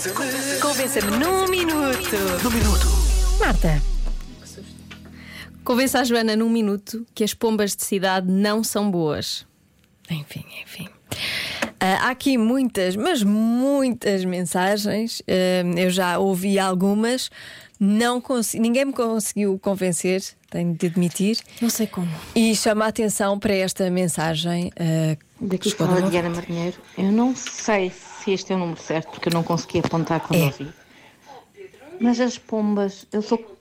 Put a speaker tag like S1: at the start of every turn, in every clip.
S1: Convença-me. Convença-me num minuto.
S2: Num minuto.
S3: Marta. Convença a Joana num minuto que as pombas de cidade não são boas.
S4: Enfim, enfim. Ah, há aqui muitas, mas muitas mensagens. Ah, eu já ouvi algumas. Não consegui, ninguém me conseguiu convencer, tenho de admitir.
S3: Não sei como.
S4: E chama a atenção para esta mensagem. ah,
S5: Daqui
S4: Escola
S5: fala
S4: Nova.
S5: Diana Marinheiro. Eu não sei se este é o número certo, porque eu não consegui apontar quando
S4: É.
S5: ouvi. Mas as pombas, eu sou.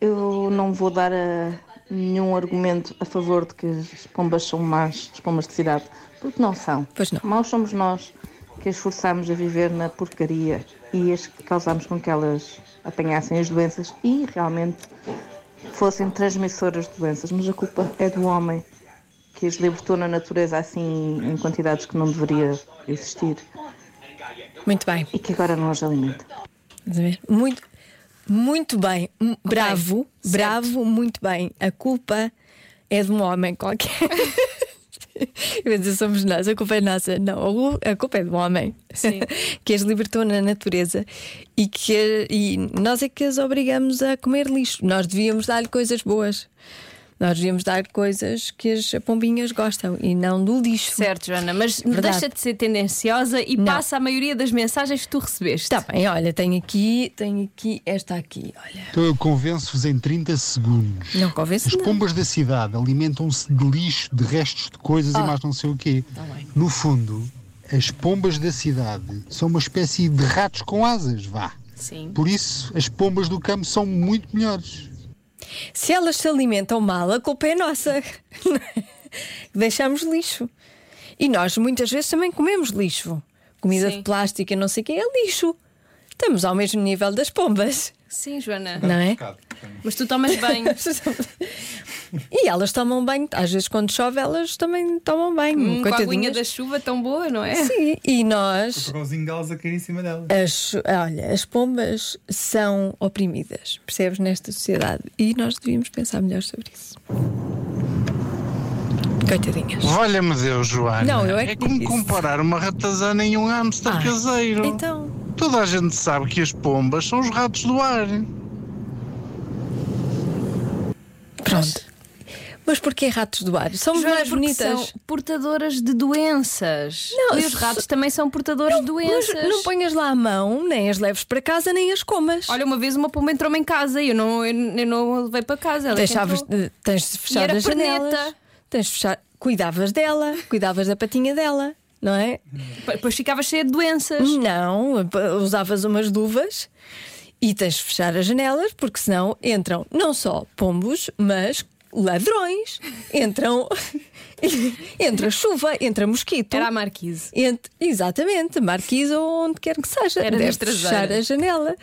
S5: Eu não vou dar a- nenhum argumento a favor de que as pombas são más, as pombas de cidade, porque não são.
S4: Pois não.
S5: Maus somos nós que as forçámos a viver na porcaria e as que causámos com que elas apanhassem as doenças e realmente fossem transmissoras de doenças, mas a culpa é do homem que as libertou na natureza assim em quantidades que não deveria existir
S4: muito bem.
S5: e que agora não as alimenta.
S4: Estás a ver? Muito, muito bem. M- Bravo,
S3: certo.
S4: bravo, muito bem. A culpa é de um homem qualquer. Eu ia dizer, somos nós, a culpa é nossa. Não, a cu- a culpa é de um homem
S3: Sim.
S4: que as libertou na natureza e que e nós é que as obrigamos a comer lixo. Nós devíamos dar-lhe coisas boas. Nós devíamos dar coisas que as pombinhas gostam e não do lixo.
S3: Certo, Joana, mas
S4: Verdade.
S3: deixa de ser tendenciosa e
S4: Não.
S3: passa a maioria das mensagens que tu recebeste.
S4: Está Tá bem, olha, tenho aqui, tenho aqui, esta aqui, olha.
S6: Então eu convenço-vos em 30 segundos.
S4: Não convence
S6: As pombas da cidade alimentam-se de lixo, de restos de coisas
S4: Ah.
S6: e mais não sei o quê.
S4: Tá
S6: No fundo, as pombas da cidade são uma espécie de ratos com asas, vá.
S3: Sim.
S6: Por isso, as pombas do campo são muito melhores.
S4: Se elas se alimentam mal, a culpa é nossa. Deixamos lixo. E nós muitas vezes também comemos lixo. Comida
S3: Sim.
S4: de plástico e não sei o que é lixo. Estamos ao mesmo nível das pombas,
S3: Sim, Joana.
S4: não é?
S3: Mas tu tomas banho.
S4: E elas tomam banho. Às vezes, quando chove, elas também tomam banho.
S3: Hum, com a aguinha
S4: Coitadinhas.
S3: da chuva tão boa, não é?
S4: Sim, e nós,
S7: Rosinho Galas a cair em cima dela.
S4: as, olha, as pombas são oprimidas, percebes, nesta sociedade. E nós devíamos pensar melhor sobre isso. Coitadinhas.
S8: Olha-me Deus, Joana.
S4: Não, eu é que
S8: é como
S4: disse.
S8: comparar uma ratazana e um hamster
S4: Ah,
S8: caseiro.
S4: Então.
S8: Toda a gente sabe que as pombas são os ratos do ar.
S4: Pronto. Mas porquê ratos do ar? Somos
S3: Joana,
S4: mais
S3: porque
S4: bonitas.
S3: são portadoras de doenças.
S4: Não,
S3: e os
S4: se-
S3: ratos também são portadores de
S4: Mas
S3: doenças.
S4: não ponhas lá a mão, nem as leves para casa, nem as comas.
S3: Olha, uma vez uma pomba entrou-me em casa e eu não, eu, eu não a levei para casa. Ela é que
S4: Deixavas,
S3: entrou.
S4: eh, tens de
S3: E
S4: fechar
S3: era
S4: as janelas.
S3: perneta.
S4: Tens de fechar. Cuidavas dela, cuidavas da patinha dela, não é?
S3: Pa- Depois ficava cheia de doenças.
S4: Hum. Não, p- usavas umas luvas e tens de fechar as janelas, porque senão entram não só pombos, mas ladrões. Entram. entra chuva, entra mosquito.
S3: Era a marquise.
S4: Ent- exatamente, marquise ou onde quer que seja.
S3: Era
S4: Deves
S3: nas traseiras.
S4: fechar a janela,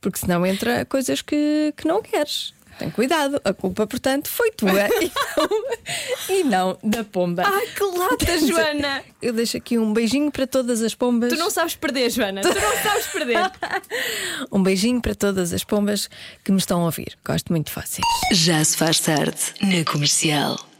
S4: porque senão entra coisas que, que não queres. Tem cuidado, a culpa, portanto, foi tua e, não, e não da pomba.
S3: Ah, que lata, Joana!
S4: Eu deixo aqui um beijinho para todas as pombas.
S3: Tu não sabes perder, Joana. Tu não sabes perder.
S4: Um beijinho para todas as pombas que me estão a ouvir. Gosto muito de vocês.
S1: Já se faz tarde na comercial.